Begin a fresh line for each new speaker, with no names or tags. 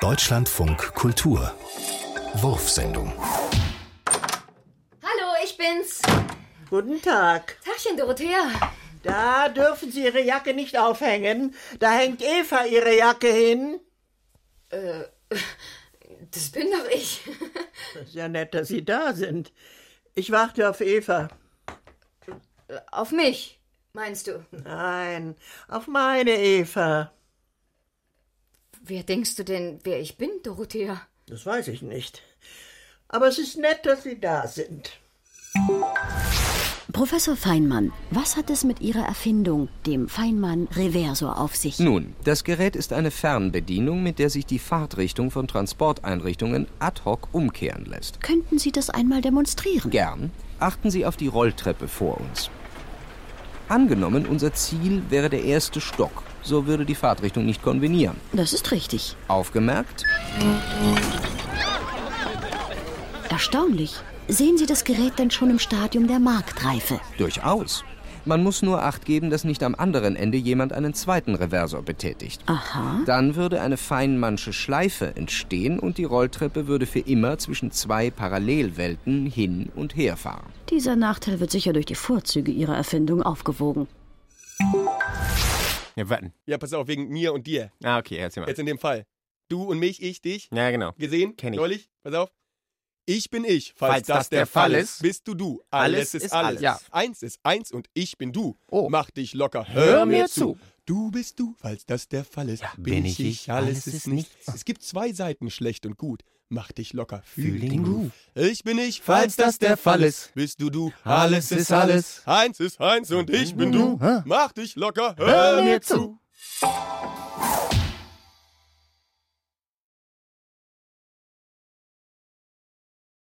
Deutschlandfunk Kultur. Wurfsendung.
Hallo, ich bin's.
Guten Tag.
Tagchen, Dorothea.
Da dürfen Sie Ihre Jacke nicht aufhängen. Da hängt Eva Ihre Jacke hin.
Das bin doch ich.
Das ist ja nett, dass Sie da sind. Ich warte auf Eva.
Auf mich, meinst du?
Nein, auf meine Eva.
Wer denkst du denn, wer ich bin, Dorothea?
Das weiß ich nicht. Aber es ist nett, dass Sie da sind.
Professor Feinmann, was hat es mit Ihrer Erfindung, dem Feinmann Reversor, auf sich?
Nun, das Gerät ist eine Fernbedienung, mit der sich die Fahrtrichtung von Transporteinrichtungen ad hoc umkehren lässt.
Könnten Sie das einmal demonstrieren?
Gern achten Sie auf die Rolltreppe vor uns. Angenommen, unser Ziel wäre der erste Stock, so würde die Fahrtrichtung nicht konvenieren.
Das ist richtig.
Aufgemerkt?
Erstaunlich. Sehen Sie das Gerät denn schon im Stadium der Marktreife?
Durchaus. Man muss nur Acht geben, dass nicht am anderen Ende jemand einen zweiten Reversor betätigt.
Aha.
Dann würde eine Feynmansche Schleife entstehen und die Rolltreppe würde für immer zwischen zwei Parallelwelten hin und her fahren.
Dieser Nachteil wird sicher durch die Vorzüge Ihrer Erfindung aufgewogen.
Ja, warten.
Ja, pass auf, wegen mir und dir.
Ah, okay, erzähl mal.
Jetzt in dem Fall. Du und mich, ich, dich.
Ja, genau.
Gesehen?
Kenn ich.
Neulich? Pass auf. Ich bin ich. Falls,
Falls
das, der, Fall ist,
ist,
bist du du.
alles
Alles,
ist
ist alles.
alles. Ja.
Eins ist eins und ich bin du.
Oh.
Mach dich locker.
Hör mir zu.
Du bist du, falls das der Fall ist.
Ja, bin ich ich, alles ist nichts.
Es gibt zwei Seiten, schlecht und gut. Mach dich locker.
Fühl den Groove.
Ich bin ich,
Falls das der Fall ist,
bist du du.
alles ist alles. Hm,
Eins ist eins und ich bin du. Mach dich locker.
Hör mir zu.